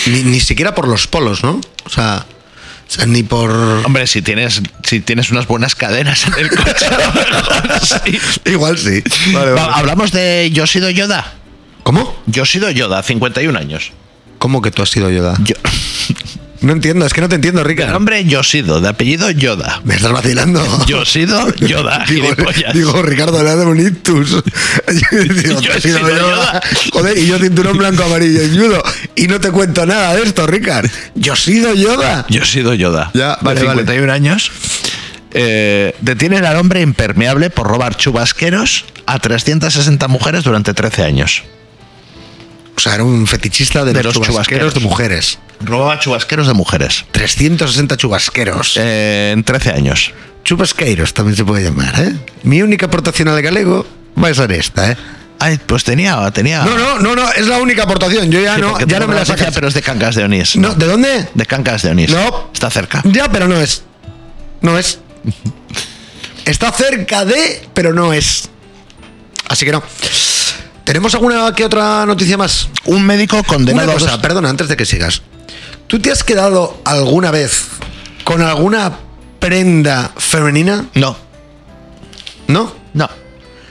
Speaker 5: Ni, ni siquiera por los polos, ¿no? O sea, o sea, ni por.
Speaker 6: Hombre, si tienes, si tienes unas buenas cadenas en el coche, a lo mejor sí.
Speaker 5: Igual sí. Vale,
Speaker 6: Va-
Speaker 5: vale.
Speaker 6: Hablamos de Yosido Yoda.
Speaker 5: ¿Cómo?
Speaker 6: Yosido Yoda, 51 años.
Speaker 5: ¿Cómo que tú has sido Yoda?
Speaker 6: Yo-
Speaker 5: No entiendo, es que no te entiendo, Ricardo.
Speaker 6: el hombre Yosido, de apellido Yoda.
Speaker 5: Me estás vacilando.
Speaker 6: Yosido Yoda,
Speaker 5: Digo,
Speaker 6: gilipollas.
Speaker 5: digo, Ricardo, le ha dado un ictus. Yo digo,
Speaker 6: Yo
Speaker 5: "Te
Speaker 6: he
Speaker 5: has ido
Speaker 6: sido
Speaker 5: Yoda".
Speaker 6: Yoda.
Speaker 5: Joder, y yo cinturón blanco, amarillo y judo. Y no te cuento nada de esto, Ricardo. Yo he sido Yoda.
Speaker 6: Yosido Yoda.
Speaker 5: Ya, vale,
Speaker 6: de
Speaker 5: vale.
Speaker 6: 51 años. Eh, detienen al hombre impermeable por robar chubasqueros a 360 mujeres durante 13 años.
Speaker 5: O sea, era un fetichista de,
Speaker 6: De
Speaker 5: los,
Speaker 6: los
Speaker 5: chubasqueros,
Speaker 6: chubasqueros.
Speaker 5: de mujeres.
Speaker 6: Robaba chubasqueros de mujeres.
Speaker 5: 360 chubasqueros.
Speaker 6: Eh, en 13 años.
Speaker 5: Chubasqueiros también se puede llamar, ¿eh? Mi única aportación al galego va a ser esta, ¿eh?
Speaker 6: Ay, pues tenía, tenía.
Speaker 5: No, no, no, no, es la única aportación. Yo ya
Speaker 6: Sí,
Speaker 5: no,
Speaker 6: porque
Speaker 5: ya
Speaker 6: tengo
Speaker 5: no me
Speaker 6: una
Speaker 5: la
Speaker 6: noticia,
Speaker 5: sacas.
Speaker 6: Pero es de Cancas de Onís.
Speaker 5: No, ¿De dónde?
Speaker 6: De Cancas de Onís.
Speaker 5: No.
Speaker 6: Está cerca.
Speaker 5: Ya, pero no es. No es. Está cerca de, pero no es. Así que no. ¿Tenemos alguna que otra noticia más?
Speaker 6: Un médico
Speaker 5: Una
Speaker 6: condenado a
Speaker 5: cosa,
Speaker 6: dos-
Speaker 5: perdona, antes de que sigas. ¿Tú te has quedado alguna vez con alguna prenda femenina?
Speaker 6: No,
Speaker 5: No.
Speaker 6: no.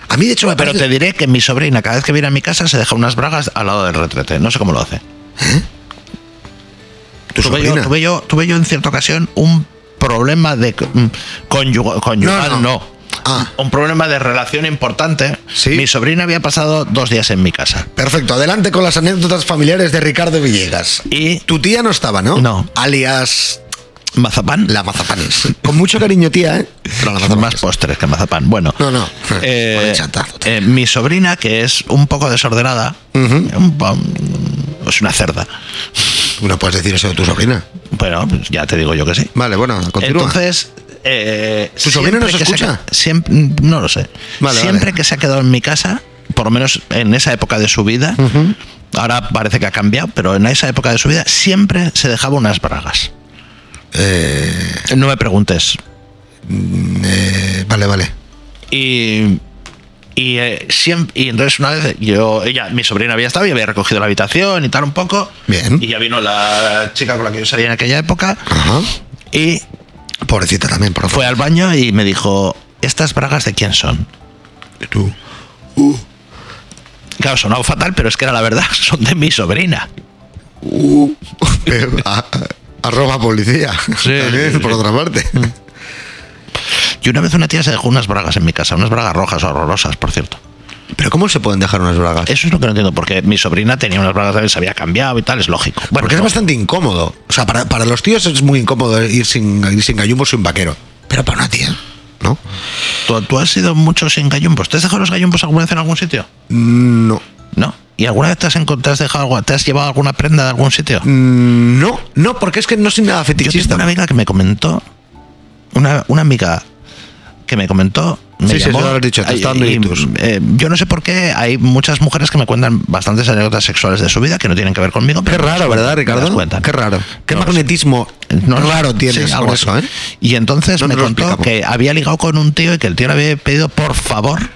Speaker 5: A mí, de hecho, me
Speaker 6: Pero
Speaker 5: parece-
Speaker 6: te diré que mi sobrina, cada vez que viene a mi casa, se deja unas bragas al lado del retrete. No sé cómo lo hace.
Speaker 5: Tu
Speaker 6: tuve, yo,
Speaker 5: sobrina.
Speaker 6: tuve, yo, tuve yo en cierta ocasión un problema de mm, conyuga- conyugal,
Speaker 5: No, no.
Speaker 6: no.
Speaker 5: Ah.
Speaker 6: Un problema de relación importante.
Speaker 5: Sí.
Speaker 6: Mi sobrina había pasado dos días en mi casa.
Speaker 5: Perfecto, adelante con las anécdotas familiares de Ricardo Villegas.
Speaker 6: Y-
Speaker 5: tu tía no estaba, ¿no?
Speaker 6: No.
Speaker 5: Alias
Speaker 6: Mazapán.
Speaker 5: la mazapanes. Con mucho cariño, tía, ¿eh? Pero la
Speaker 6: más
Speaker 5: mazapanes.
Speaker 6: postres que mazapán. Bueno.
Speaker 5: No, no.
Speaker 6: eh,
Speaker 5: Con el chantazo, tío.
Speaker 6: eh, mi sobrina, que es un poco desordenada, un po- mm, es una cerda.
Speaker 5: No puedes decir eso de tu sobrina.
Speaker 6: Bueno, pues ya te digo yo que sí.
Speaker 5: Vale, bueno, continúa.
Speaker 6: Entonces, eh,
Speaker 5: ¿Tu sobrino nos
Speaker 6: siempre que se
Speaker 5: escucha?
Speaker 6: ha- siempre, mm, no lo sé.
Speaker 5: Vale,
Speaker 6: siempre
Speaker 5: vale.
Speaker 6: que se ha quedado en mi casa, por lo menos en esa época de su vida, ahora parece que ha cambiado, pero en esa época de su vida siempre se dejaba unas bragas. No me preguntes.
Speaker 5: Eh, vale, vale.
Speaker 6: Y, y, eh, siem- y entonces una vez yo, ella, mi sobrina había estado y había recogido la habitación y tal un poco.
Speaker 5: Bien.
Speaker 6: Y ya vino la chica con la que yo salía en aquella época
Speaker 5: Ajá.
Speaker 6: y
Speaker 5: Pobrecita también, por favor.
Speaker 6: fue al baño y me dijo, ¿estas bragas de quién son?
Speaker 5: Tú.
Speaker 6: Claro, sonaba fatal, pero es que era la verdad, son de mi sobrina.
Speaker 5: Eh, a- a- arroba policía.
Speaker 6: Sí,
Speaker 5: También,
Speaker 6: sí, Mm. sí.
Speaker 5: por otra parte.
Speaker 6: Y una vez una tía se dejó unas bragas en mi casa, unas bragas rojas horrorosas, por cierto.
Speaker 5: Pero ¿cómo se pueden dejar unas bragas?
Speaker 6: Eso es lo que no entiendo, porque mi sobrina tenía unas bragas también, se había cambiado y tal, es lógico. Bueno,
Speaker 5: Porque es
Speaker 6: no.
Speaker 5: bastante incómodo. O sea, para, para los tíos es muy incómodo ir sin, ir sin gallumbo, sin vaquero. Pero para una tía, ¿no?
Speaker 6: Pues ¿Tú, tú has sido mucho sin gallumbos. ¿Te has dejado los gallumbos alguna vez en algún sitio?
Speaker 5: No.
Speaker 6: Mm, No. ¿Y alguna vez te has, encont- te has dejado algo- te has llevado alguna prenda de algún sitio?
Speaker 5: No, no, porque es que no soy nada
Speaker 6: Yo tengo
Speaker 5: fetichista.
Speaker 6: una amiga que me comentó, una, una amiga que me comentó, me
Speaker 5: Sí, sí,
Speaker 6: llamó,
Speaker 5: eso lo has dicho, te está dando
Speaker 6: y,
Speaker 5: ictus.
Speaker 6: eh, yo no sé por qué hay muchas mujeres que me cuentan bastantes anécdotas sexuales de su vida que no tienen que ver conmigo.
Speaker 5: Qué
Speaker 6: pero me las
Speaker 5: raro,
Speaker 6: cuentan,
Speaker 5: ¿verdad,
Speaker 6: me las
Speaker 5: Ricardo?
Speaker 6: cuentan.
Speaker 5: Qué raro. Qué
Speaker 6: No lo sé.
Speaker 5: magnetismo
Speaker 6: No, lo-
Speaker 5: raro
Speaker 6: sí,
Speaker 5: tienes
Speaker 6: algo
Speaker 5: con
Speaker 6: así.
Speaker 5: eso, ¿eh?
Speaker 6: Y entonces
Speaker 5: No
Speaker 6: me
Speaker 5: nos lo
Speaker 6: contó
Speaker 5: explicamos.
Speaker 6: que había ligado con un tío y que el tío le había pedido por favor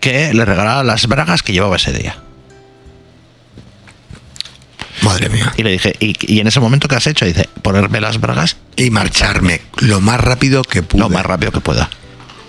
Speaker 6: que le regalara las bragas que llevaba ese día.
Speaker 5: Madre mía.
Speaker 6: Y le dije, ¿y, y en ese momento qué has hecho? dice, ponerme las bragas
Speaker 5: Y marcharme lo más rápido que pude.
Speaker 6: lo más rápido que pueda.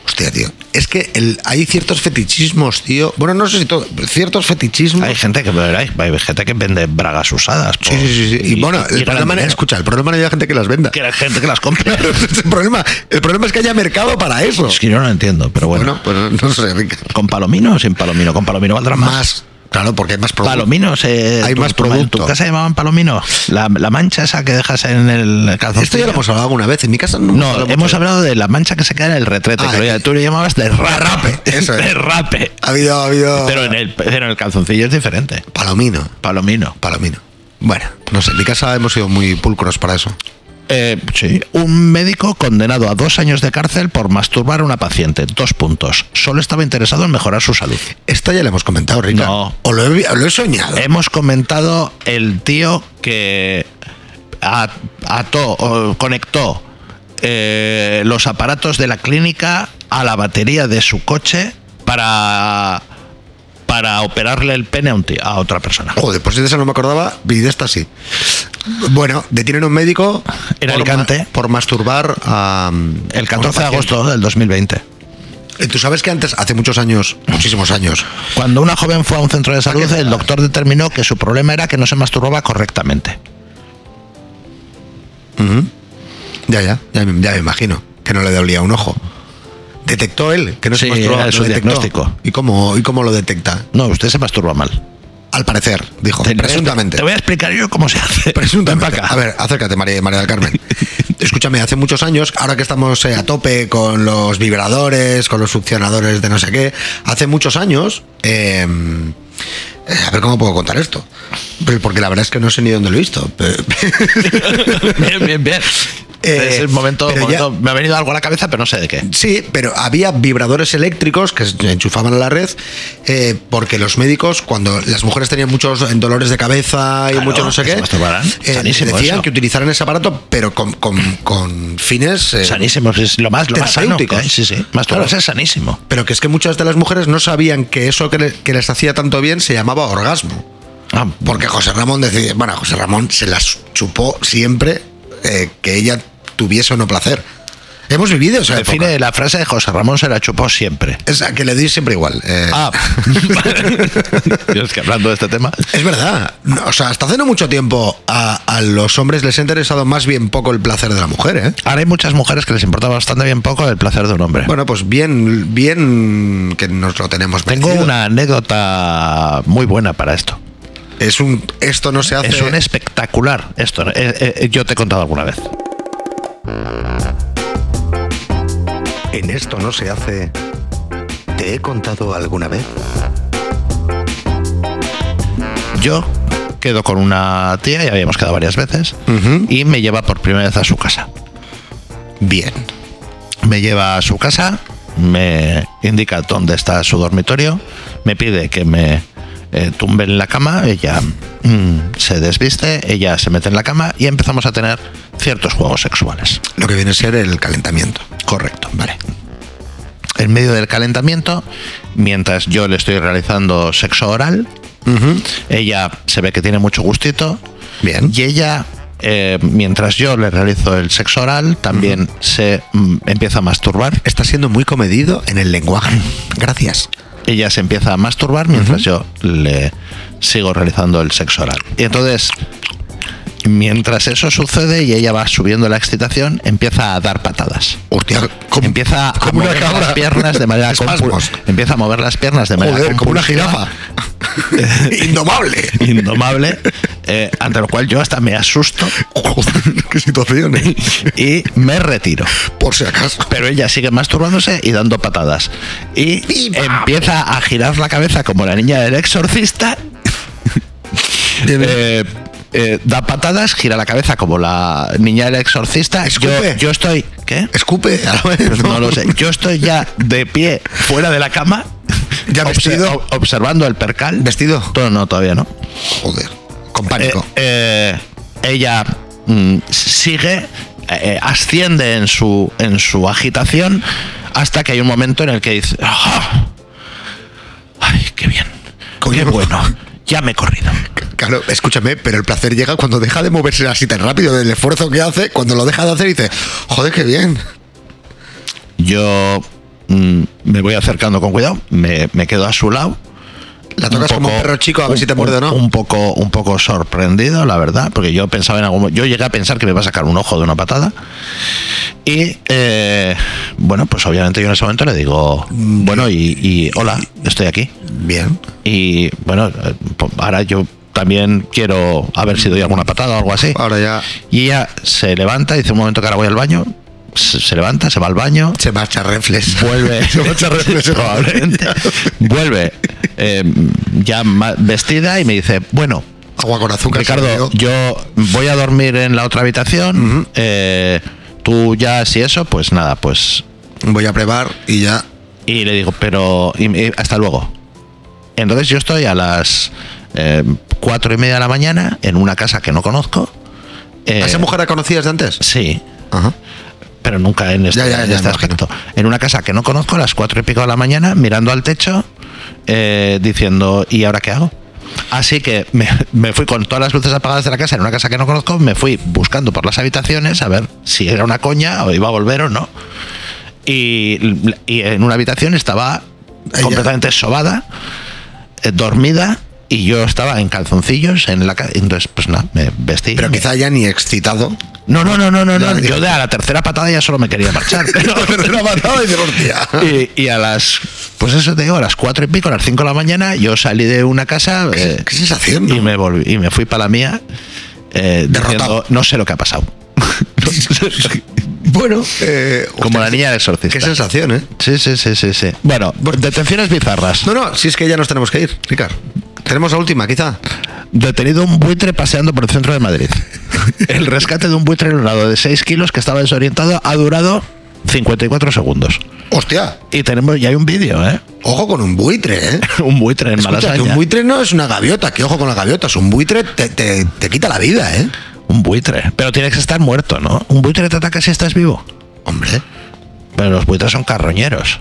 Speaker 5: Hostia, tío. Es que el- hay ciertos fetichismos, tío. Bueno, no sé si todo. pero Ciertos fetichismos.
Speaker 6: Hay gente que hay, hay gente que vende bragas usadas. por-
Speaker 5: sí, sí, sí, sí. Y, bueno, el
Speaker 6: ganan
Speaker 5: problema,
Speaker 6: dinero.
Speaker 5: escucha, el problema no hay gente que las venda.
Speaker 6: que la gente que las compre. Pues
Speaker 5: el, problema, el problema es que haya mercado para eso.
Speaker 6: es que yo no lo entiendo, pero bueno.
Speaker 5: Bueno, pues no sé, Ricardo.
Speaker 6: ¿Con palomino o sin palomino? Con palomino valdrá más.
Speaker 5: Más. Claro, porque hay más problemas.
Speaker 6: Palomino se.
Speaker 5: Hay
Speaker 6: tu-
Speaker 5: más
Speaker 6: tu-
Speaker 5: producto.
Speaker 6: ¿Tu casa llamaban palomino? La, la mancha esa que dejas en el calzón.
Speaker 5: Esto ya lo hemos hablado alguna vez. En mi casa no.
Speaker 6: No, hemos hablado de la mancha que se queda en el retrete.
Speaker 5: Ah,
Speaker 6: que lo-
Speaker 5: eh,
Speaker 6: tú le llamabas derrape.
Speaker 5: derrape, eso es. Ah.
Speaker 6: Derrape.
Speaker 5: Ha habido, ha habido.
Speaker 6: Pero en, el, pero en el calzoncillo es diferente.
Speaker 5: Palomino.
Speaker 6: Palomino.
Speaker 5: Palomino. Bueno, no sé. En mi casa hemos sido muy pulcros para eso.
Speaker 6: Eh, sí. Un médico condenado a dos años de cárcel por masturbar a una paciente. Dos puntos. Solo estaba interesado en mejorar su salud.
Speaker 5: Esta ya la hemos comentado, Ricardo.
Speaker 6: No. Eh.
Speaker 5: O lo he, vi- o lo he soñado.
Speaker 6: Hemos comentado el tío que a- ató o conectó eh, los aparatos de la clínica a la batería de su coche para, para operarle el pene a, un tío- a otra persona.
Speaker 5: Joder, pues de esa no me acordaba y de esta sí. Bueno, detienen a un médico
Speaker 6: En
Speaker 5: por
Speaker 6: Alicante.
Speaker 5: ma- por masturbar a. mm,
Speaker 6: El
Speaker 5: a un
Speaker 6: 14 de
Speaker 5: paciente.
Speaker 6: agosto del 2020.
Speaker 5: Eh, Tú sabes que antes, hace muchos años, muchísimos años,
Speaker 6: Cuando una joven fue a un centro de salud, el doctor determinó que su problema era que no se masturbaba correctamente.
Speaker 5: ya, ya, ya, me- ya me imagino que no le dolía un ojo. Detectó él que no se
Speaker 6: Sí,
Speaker 5: masturbaba.
Speaker 6: era su
Speaker 5: lo detectó.
Speaker 6: diagnóstico.
Speaker 5: ¿Y cómo, ¿Y cómo lo detecta?
Speaker 6: No, usted se masturba mal.
Speaker 5: Al parecer, dijo,
Speaker 6: Te-
Speaker 5: presuntamente.
Speaker 6: Te voy a explicar yo cómo se hace.
Speaker 5: Presuntamente.
Speaker 6: Ven pa' acá.
Speaker 5: A ver, acércate, María, María del Carmen. Escúchame, hace muchos años, ahora que estamos eh, a tope con los vibradores, con los succionadores de no sé qué, hace muchos años. eh, eh, a ver cómo puedo contar esto. Pero- Porque la verdad es que no sé ni dónde lo he visto.
Speaker 6: bien, bien, bien.
Speaker 5: Eh,
Speaker 6: es el momento,
Speaker 5: pero
Speaker 6: momento- me ha venido algo a la cabeza, pero no sé de qué.
Speaker 5: Sí, pero había vibradores eléctricos que se enchufaban a la red eh, porque los médicos, cuando las mujeres tenían muchos eh, dolores de cabeza y
Speaker 6: Claro,
Speaker 5: mucho no sé
Speaker 6: que se
Speaker 5: qué,
Speaker 6: masturbaran.
Speaker 5: eh,
Speaker 6: Sanísimo
Speaker 5: decían
Speaker 6: eso.
Speaker 5: que utilizaran ese aparato, pero con, con- con fines... eh,
Speaker 6: Sanísimos, es lo más, lo más sano. que hay,
Speaker 5: terapéuticos.
Speaker 6: Sí, sí. Masturbarse
Speaker 5: Claro.
Speaker 6: es sanísimo.
Speaker 5: Pero que es que muchas de las mujeres no sabían que eso que, le- que les hacía tanto bien se llamaba orgasmo.
Speaker 6: Ah,
Speaker 5: Porque José Ramón decía, bueno, José Ramón se las chupó siempre eh, que ella tuviese o no placer. Hemos vivido esa época.
Speaker 6: Define la frase de José Ramón se la chupó siempre.
Speaker 5: Esa que le doy siempre igual. eh.
Speaker 6: Ah, Dios, que hablando de este tema.
Speaker 5: Es verdad. No, O sea, hasta hace no mucho tiempo a, a los hombres les ha interesado más bien poco el placer de la mujer, ¿eh?
Speaker 6: Ahora hay muchas mujeres que les importa bastante bien poco el placer de un hombre.
Speaker 5: Bueno, pues bien, bien que nos lo tenemos
Speaker 6: Tengo
Speaker 5: merecido.
Speaker 6: una anécdota muy buena para esto.
Speaker 5: Es un. Esto no se hace.
Speaker 6: Es un espectacular esto. eh, eh, eh, yo te he contado alguna vez.
Speaker 5: En esto no se hace. ¿Te he contado alguna vez?
Speaker 6: Yo quedo con una tía, ya habíamos quedado varias veces,
Speaker 5: Ujú.
Speaker 6: y me lleva por primera vez a su casa.
Speaker 5: Bien.
Speaker 6: Me lleva a su casa, me indica dónde está su dormitorio, me pide que me eh, tumbe en la cama, ella mm, se desviste, ella se mete en la cama y empezamos a tener ciertos juegos sexuales.
Speaker 5: Lo que viene a ser el calentamiento.
Speaker 6: Correcto, vale. En medio del calentamiento, mientras yo le estoy realizando sexo oral, ella se ve que tiene mucho gustito.
Speaker 5: Bien.
Speaker 6: Y ella, eh, mientras yo le realizo el sexo oral, también se mm, empieza a masturbar.
Speaker 5: Está siendo muy comedido en el lenguaje. Gracias.
Speaker 6: Ella se empieza a masturbar mientras yo le sigo realizando el sexo oral. Y entonces, mientras eso sucede y ella va subiendo la excitación, empieza a dar patadas.
Speaker 5: Hostia, como-
Speaker 6: empieza a
Speaker 5: como una
Speaker 6: mover las
Speaker 5: cabra.
Speaker 6: piernas de manera compu-
Speaker 5: Espasmos.
Speaker 6: empieza a mover las piernas de manera
Speaker 5: Joder, como una
Speaker 6: compulsiva,
Speaker 5: jirafa. Eh, Indomable.
Speaker 6: indomable eh, ante lo cual yo hasta me asusto
Speaker 5: Joder, qué situación. eh.
Speaker 6: y me retiro
Speaker 5: Por si acaso.
Speaker 6: pero ella sigue masturbándose y dando patadas y
Speaker 5: ¡Viva!
Speaker 6: empieza a girar la cabeza como la niña del exorcista Eh, eh, da patadas gira la cabeza como la niña del exorcista yo,
Speaker 5: Escupe.
Speaker 6: yo estoy ¿qué?
Speaker 5: Escupe a la
Speaker 6: Pues
Speaker 5: vez.
Speaker 6: no lo sé. Yo estoy ya de pie fuera de la cama.
Speaker 5: ¿Ya vestido?
Speaker 6: ob- Observando el percal.
Speaker 5: ¿Vestido?
Speaker 6: No, no, todavía no.
Speaker 5: Joder. Con pánico.
Speaker 6: Eh, eh, ella mm, sigue, eh, eh, asciende en su, en su agitación hasta que hay un momento en el que dice: "Ah, ¡Ay, qué bien!
Speaker 5: Coño.
Speaker 6: ¡Qué bueno! Ya me he corrido.
Speaker 5: Claro, escúchame, pero el placer llega cuando deja de moverse así tan rápido del esfuerzo que hace, cuando lo deja de hacer y dice, joder, qué bien.
Speaker 6: Yo mm, me voy acercando con cuidado, me, me quedo a su lado.
Speaker 5: La tocas
Speaker 6: un
Speaker 5: como un
Speaker 6: poco-
Speaker 5: perro chico a ver
Speaker 6: un-
Speaker 5: si te muerde o no.
Speaker 6: Un poco, un poco sorprendido, la verdad, porque yo pensaba en algún mo- Yo llegué a pensar que me iba a sacar un ojo de una patada. Y eh, bueno, pues obviamente yo en ese momento le digo, bueno, y, y hola, estoy aquí.
Speaker 5: Bien.
Speaker 6: Y bueno, eh, po- ahora yo también quiero haber si doy alguna patada o algo así.
Speaker 5: Ahora ya
Speaker 6: Y ella se levanta, dice un momento que ahora voy al baño. Se se levanta, se va al baño,
Speaker 5: se marcha reflex.
Speaker 6: vuelve
Speaker 5: se marcha reflex.
Speaker 6: probablemente vuelve eh, ya ma- vestida y me dice bueno
Speaker 5: Agua con azúcar.
Speaker 6: Ricardo
Speaker 5: salveo.
Speaker 6: yo voy a dormir en la otra habitación eh, tú ya si eso pues nada pues
Speaker 5: Voy a prevar y ya.
Speaker 6: y le digo pero y- y hasta luego entonces yo estoy a las eh, cuatro y media de la mañana en una casa que no conozco eh,
Speaker 5: ¿A esa mujer la conocías de antes?
Speaker 6: sí
Speaker 5: Ajá.
Speaker 6: pero nunca en este,
Speaker 5: Ya, ya,
Speaker 6: en
Speaker 5: ya,
Speaker 6: este
Speaker 5: imagino.
Speaker 6: aspecto. En una casa que no conozco, a las cuatro y pico de la mañana, mirando al techo, eh, diciendo, ¿y ahora qué hago? Así que me, me fui con todas las luces apagadas de la casa, en una casa que no conozco, me fui buscando por las habitaciones a ver si era una coña o iba a volver o no. Y, y en una habitación estaba
Speaker 5: Ella.
Speaker 6: completamente sobada, eh, dormida, y yo estaba en calzoncillos en la ca- Entonces, pues nada, me vestí.
Speaker 5: Pero
Speaker 6: me-
Speaker 5: quizá ya ni excitado.
Speaker 6: no, no, no, no, no,
Speaker 5: Ya,
Speaker 6: no.
Speaker 5: ya.
Speaker 6: Yo de a la tercera patada ya solo me quería marchar. pero-
Speaker 5: La tercera patada y dices, "Hostia".
Speaker 6: y, y a las, pues eso te digo, a las cuatro y pico, a las cinco de la mañana, yo salí de una casa eh,
Speaker 5: ¿Qué sensación?
Speaker 6: y
Speaker 5: no?
Speaker 6: me volví y me fui para la mía eh,
Speaker 5: Derrotado.
Speaker 6: diciendo, no sé lo que ha pasado. No sé-
Speaker 5: Bueno, eh,
Speaker 6: Como la
Speaker 5: hostia,
Speaker 6: niña del
Speaker 5: Qué
Speaker 6: exorcista.
Speaker 5: sensación, ¿eh?
Speaker 6: Sí, sí, sí, sí, sí. Bueno, detenciones bizarras.
Speaker 5: No, no, si es que ya nos tenemos que ir, Ricardo. Tenemos la última, quizá.
Speaker 6: Detenido un buitre paseando por el centro de Madrid. El rescate de un buitre lunado de 6 kilos que estaba desorientado ha durado 54 segundos.
Speaker 5: Hostia,
Speaker 6: Y tenemos, y hay un vídeo, ¿eh?
Speaker 5: ojo con un buitre, ¿eh?
Speaker 6: un buitre en
Speaker 5: Escucha, que
Speaker 6: Malasaña.
Speaker 5: un buitre no es una gaviota, que ojo con las gaviotas. Un buitre te, te- te quita la vida, ¿eh?
Speaker 6: Un buitre. Pero tienes que estar muerto, ¿no? Un buitre te ataca si estás vivo.
Speaker 5: Hombre.
Speaker 6: Pero los buitres son carroñeros.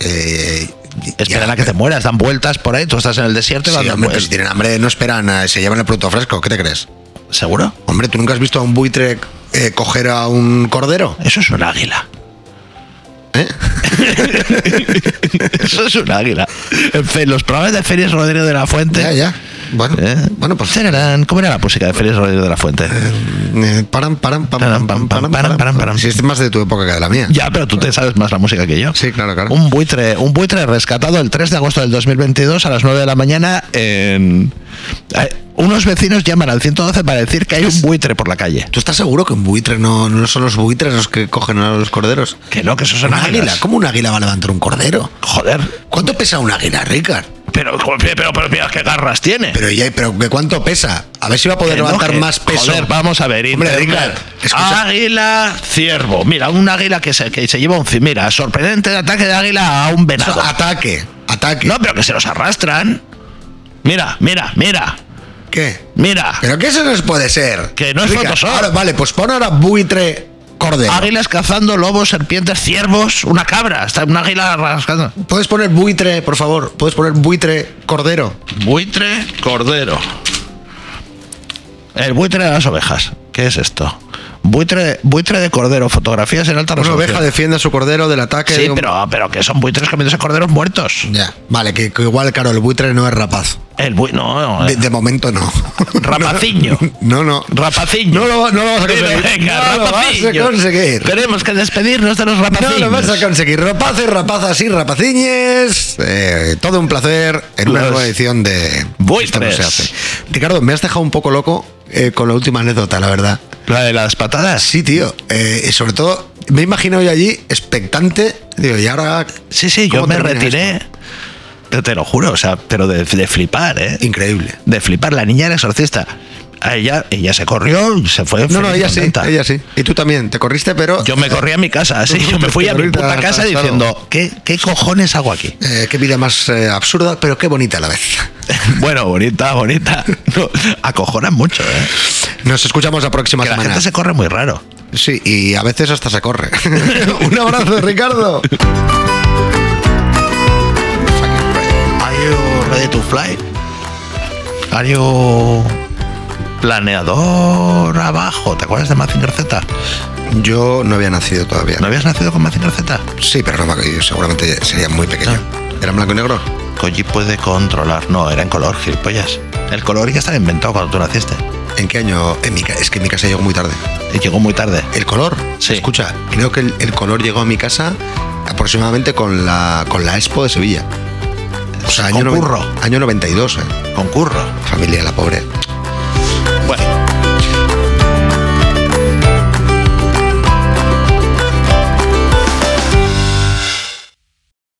Speaker 5: Eh, y-
Speaker 6: Esperan
Speaker 5: ya,
Speaker 6: a que te mueras, dan vueltas por ahí, tú estás en el desierto y
Speaker 5: Sí,
Speaker 6: van dando
Speaker 5: hombre, pero si
Speaker 6: vueltas.
Speaker 5: tienen hambre no esperan, eh, se llevan el producto fresco, ¿qué te crees?
Speaker 6: ¿Seguro?
Speaker 5: Hombre, ¿tú nunca has visto a un buitre eh, coger a un cordero.
Speaker 6: Eso es un águila.
Speaker 5: ¿eh?
Speaker 6: Eso es un águila. En fe- los programas de Feliz Rodríguez de la Fuente.
Speaker 5: Ya, ya. Bueno,
Speaker 6: ¿eh?
Speaker 5: bueno pues.
Speaker 6: Tararán. ¿Cómo era la música de Feliz Rodríguez de la Fuente?
Speaker 5: eh, paran, paran, pam,
Speaker 6: Paran,
Speaker 5: pam, pam,
Speaker 6: pam,
Speaker 5: paran,
Speaker 6: paran,
Speaker 5: paran.
Speaker 6: paran.
Speaker 5: Si es más de tu época que de la mía.
Speaker 6: Ya, pero tú te sabes más la música que yo.
Speaker 5: Sí, claro, claro.
Speaker 6: Un buitre, un buitre rescatado el 3 de agosto del 2022 a las 9 de la mañana en... eh, Unos vecinos llaman al 112 para decir que hay un buitre por la calle.
Speaker 5: ¿Tú estás seguro que un buitre no, no son los buitres los que cogen a los corderos?
Speaker 6: Que no, que eso son
Speaker 5: ¿Un águila?
Speaker 6: águilas.
Speaker 5: ¿Cómo un águila va a levantar un cordero?
Speaker 6: Joder.
Speaker 5: ¿Cuánto pesa un águila, Ricard?
Speaker 6: Pero, pero, pero mira qué garras tiene.
Speaker 5: Pero ya, pero ¿de cuánto pesa? A ver si va a poder
Speaker 6: Que no,
Speaker 5: levantar
Speaker 6: que-
Speaker 5: más peso.
Speaker 6: joder, vamos a ver.
Speaker 5: Hombre,
Speaker 6: Internet.
Speaker 5: Ricard, escucha.
Speaker 6: Águila, ciervo. Mira, un águila que se, que se lleva un... ci- Mira, sorprendente ataque de águila a un
Speaker 5: Eso,
Speaker 6: venado.
Speaker 5: ataque, ataque.
Speaker 6: No, pero que se los arrastran. Mira, mira, mira,
Speaker 5: ¿Qué?
Speaker 6: mira.
Speaker 5: Pero que eso no es- puede ser.
Speaker 6: Que no es
Speaker 5: Ricard,
Speaker 6: Photoshop.
Speaker 5: ahora, vale, pues pon ahora buitre cordero.
Speaker 6: Águilas cazando lobos, serpientes, ciervos, una cabra, está un águila rascando.
Speaker 5: ¿Puedes poner buitre, por favor? ¿Puedes poner buitre cordero?
Speaker 6: Buitre, cordero. El buitre de las ovejas. ¿Qué es esto? Buitre, buitre de cordero, fotografías en alta
Speaker 5: Una
Speaker 6: resolución.
Speaker 5: oveja defiende a su cordero del ataque
Speaker 6: Sí,
Speaker 5: de un-
Speaker 6: pero, pero que son buitres comiéndose corderos muertos.
Speaker 5: Ya, vale, que, que igual, claro, el buitre no es rapaz.
Speaker 6: El buitre, no, no,
Speaker 5: De,
Speaker 6: eh.
Speaker 5: de momento no.
Speaker 6: Rapaciño.
Speaker 5: No, no.
Speaker 6: Rapaciño.
Speaker 5: No lo, no lo vas a
Speaker 6: Pero
Speaker 5: conseguir.
Speaker 6: venga,
Speaker 5: no lo vas a
Speaker 6: rapaciño.
Speaker 5: conseguir.
Speaker 6: Tenemos que despedirnos de los
Speaker 5: No
Speaker 6: rapaciños.
Speaker 5: lo vas a conseguir. Rapaces, rapazas y rapaciñes. eh, todo un placer en una
Speaker 6: Los
Speaker 5: nueva edición de
Speaker 6: buitres.
Speaker 5: Esto no se hace. Ricardo, me has dejado un poco loco eh, con la última anécdota, la verdad.
Speaker 6: La de las patadas.
Speaker 5: Sí, tío. eh, y sobre todo, me he imaginado yo allí, expectante. Digo, y ahora.
Speaker 6: Sí, sí, yo
Speaker 5: ¿cómo
Speaker 6: me
Speaker 5: termina
Speaker 6: retiré. Te, te lo juro, o sea, pero de, de flipar, ¿eh?
Speaker 5: esto? Increíble.
Speaker 6: De flipar. La niña era exorcista. A ella, ella se corrió y se fue.
Speaker 5: No, no,
Speaker 6: feliz,
Speaker 5: ella sí,
Speaker 6: contenta.
Speaker 5: ella sí. Y tú también, te corriste, pero.
Speaker 6: Yo me corrí a mi casa, así. Yo me fui a mi puta casa diciendo, ¿qué, qué cojones hago aquí?
Speaker 5: eh, qué vida más eh, absurda, pero qué bonita a la vez.
Speaker 6: Bueno, bonita, bonita. No, acojonan mucho, ¿eh?
Speaker 5: Nos escuchamos la próxima
Speaker 6: Que la
Speaker 5: semana.
Speaker 6: gente se corre muy raro.
Speaker 5: Sí, y a veces hasta se corre. Un abrazo, Ricardo.
Speaker 6: Are you ready to fly? Are you planeador abajo? ¿Te acuerdas de Mazinger Z?
Speaker 5: Yo no había nacido todavía.
Speaker 6: ¿No habías nacido con Mazinger Z?
Speaker 5: Sí, pero no, me acuerdo, yo seguramente sería muy pequeño.
Speaker 6: Ah.
Speaker 5: ¿Era en blanco y negro?
Speaker 6: Koji puede controlar. No, era en color, gilipollas. El color ya estaba inventado cuando tú naciste.
Speaker 5: ¿En qué año? En mi ca- es que mi casa llegó muy tarde.
Speaker 6: Y llegó muy tarde.
Speaker 5: ¿El color?
Speaker 6: Sí.
Speaker 5: Escucha, creo que el, el color llegó a mi casa aproximadamente con la, con la Expo de Sevilla. O sea,
Speaker 6: Pues Con
Speaker 5: año, noven-
Speaker 6: curro.
Speaker 5: año 92, eh.
Speaker 6: Con curro.
Speaker 5: Familia la pobre.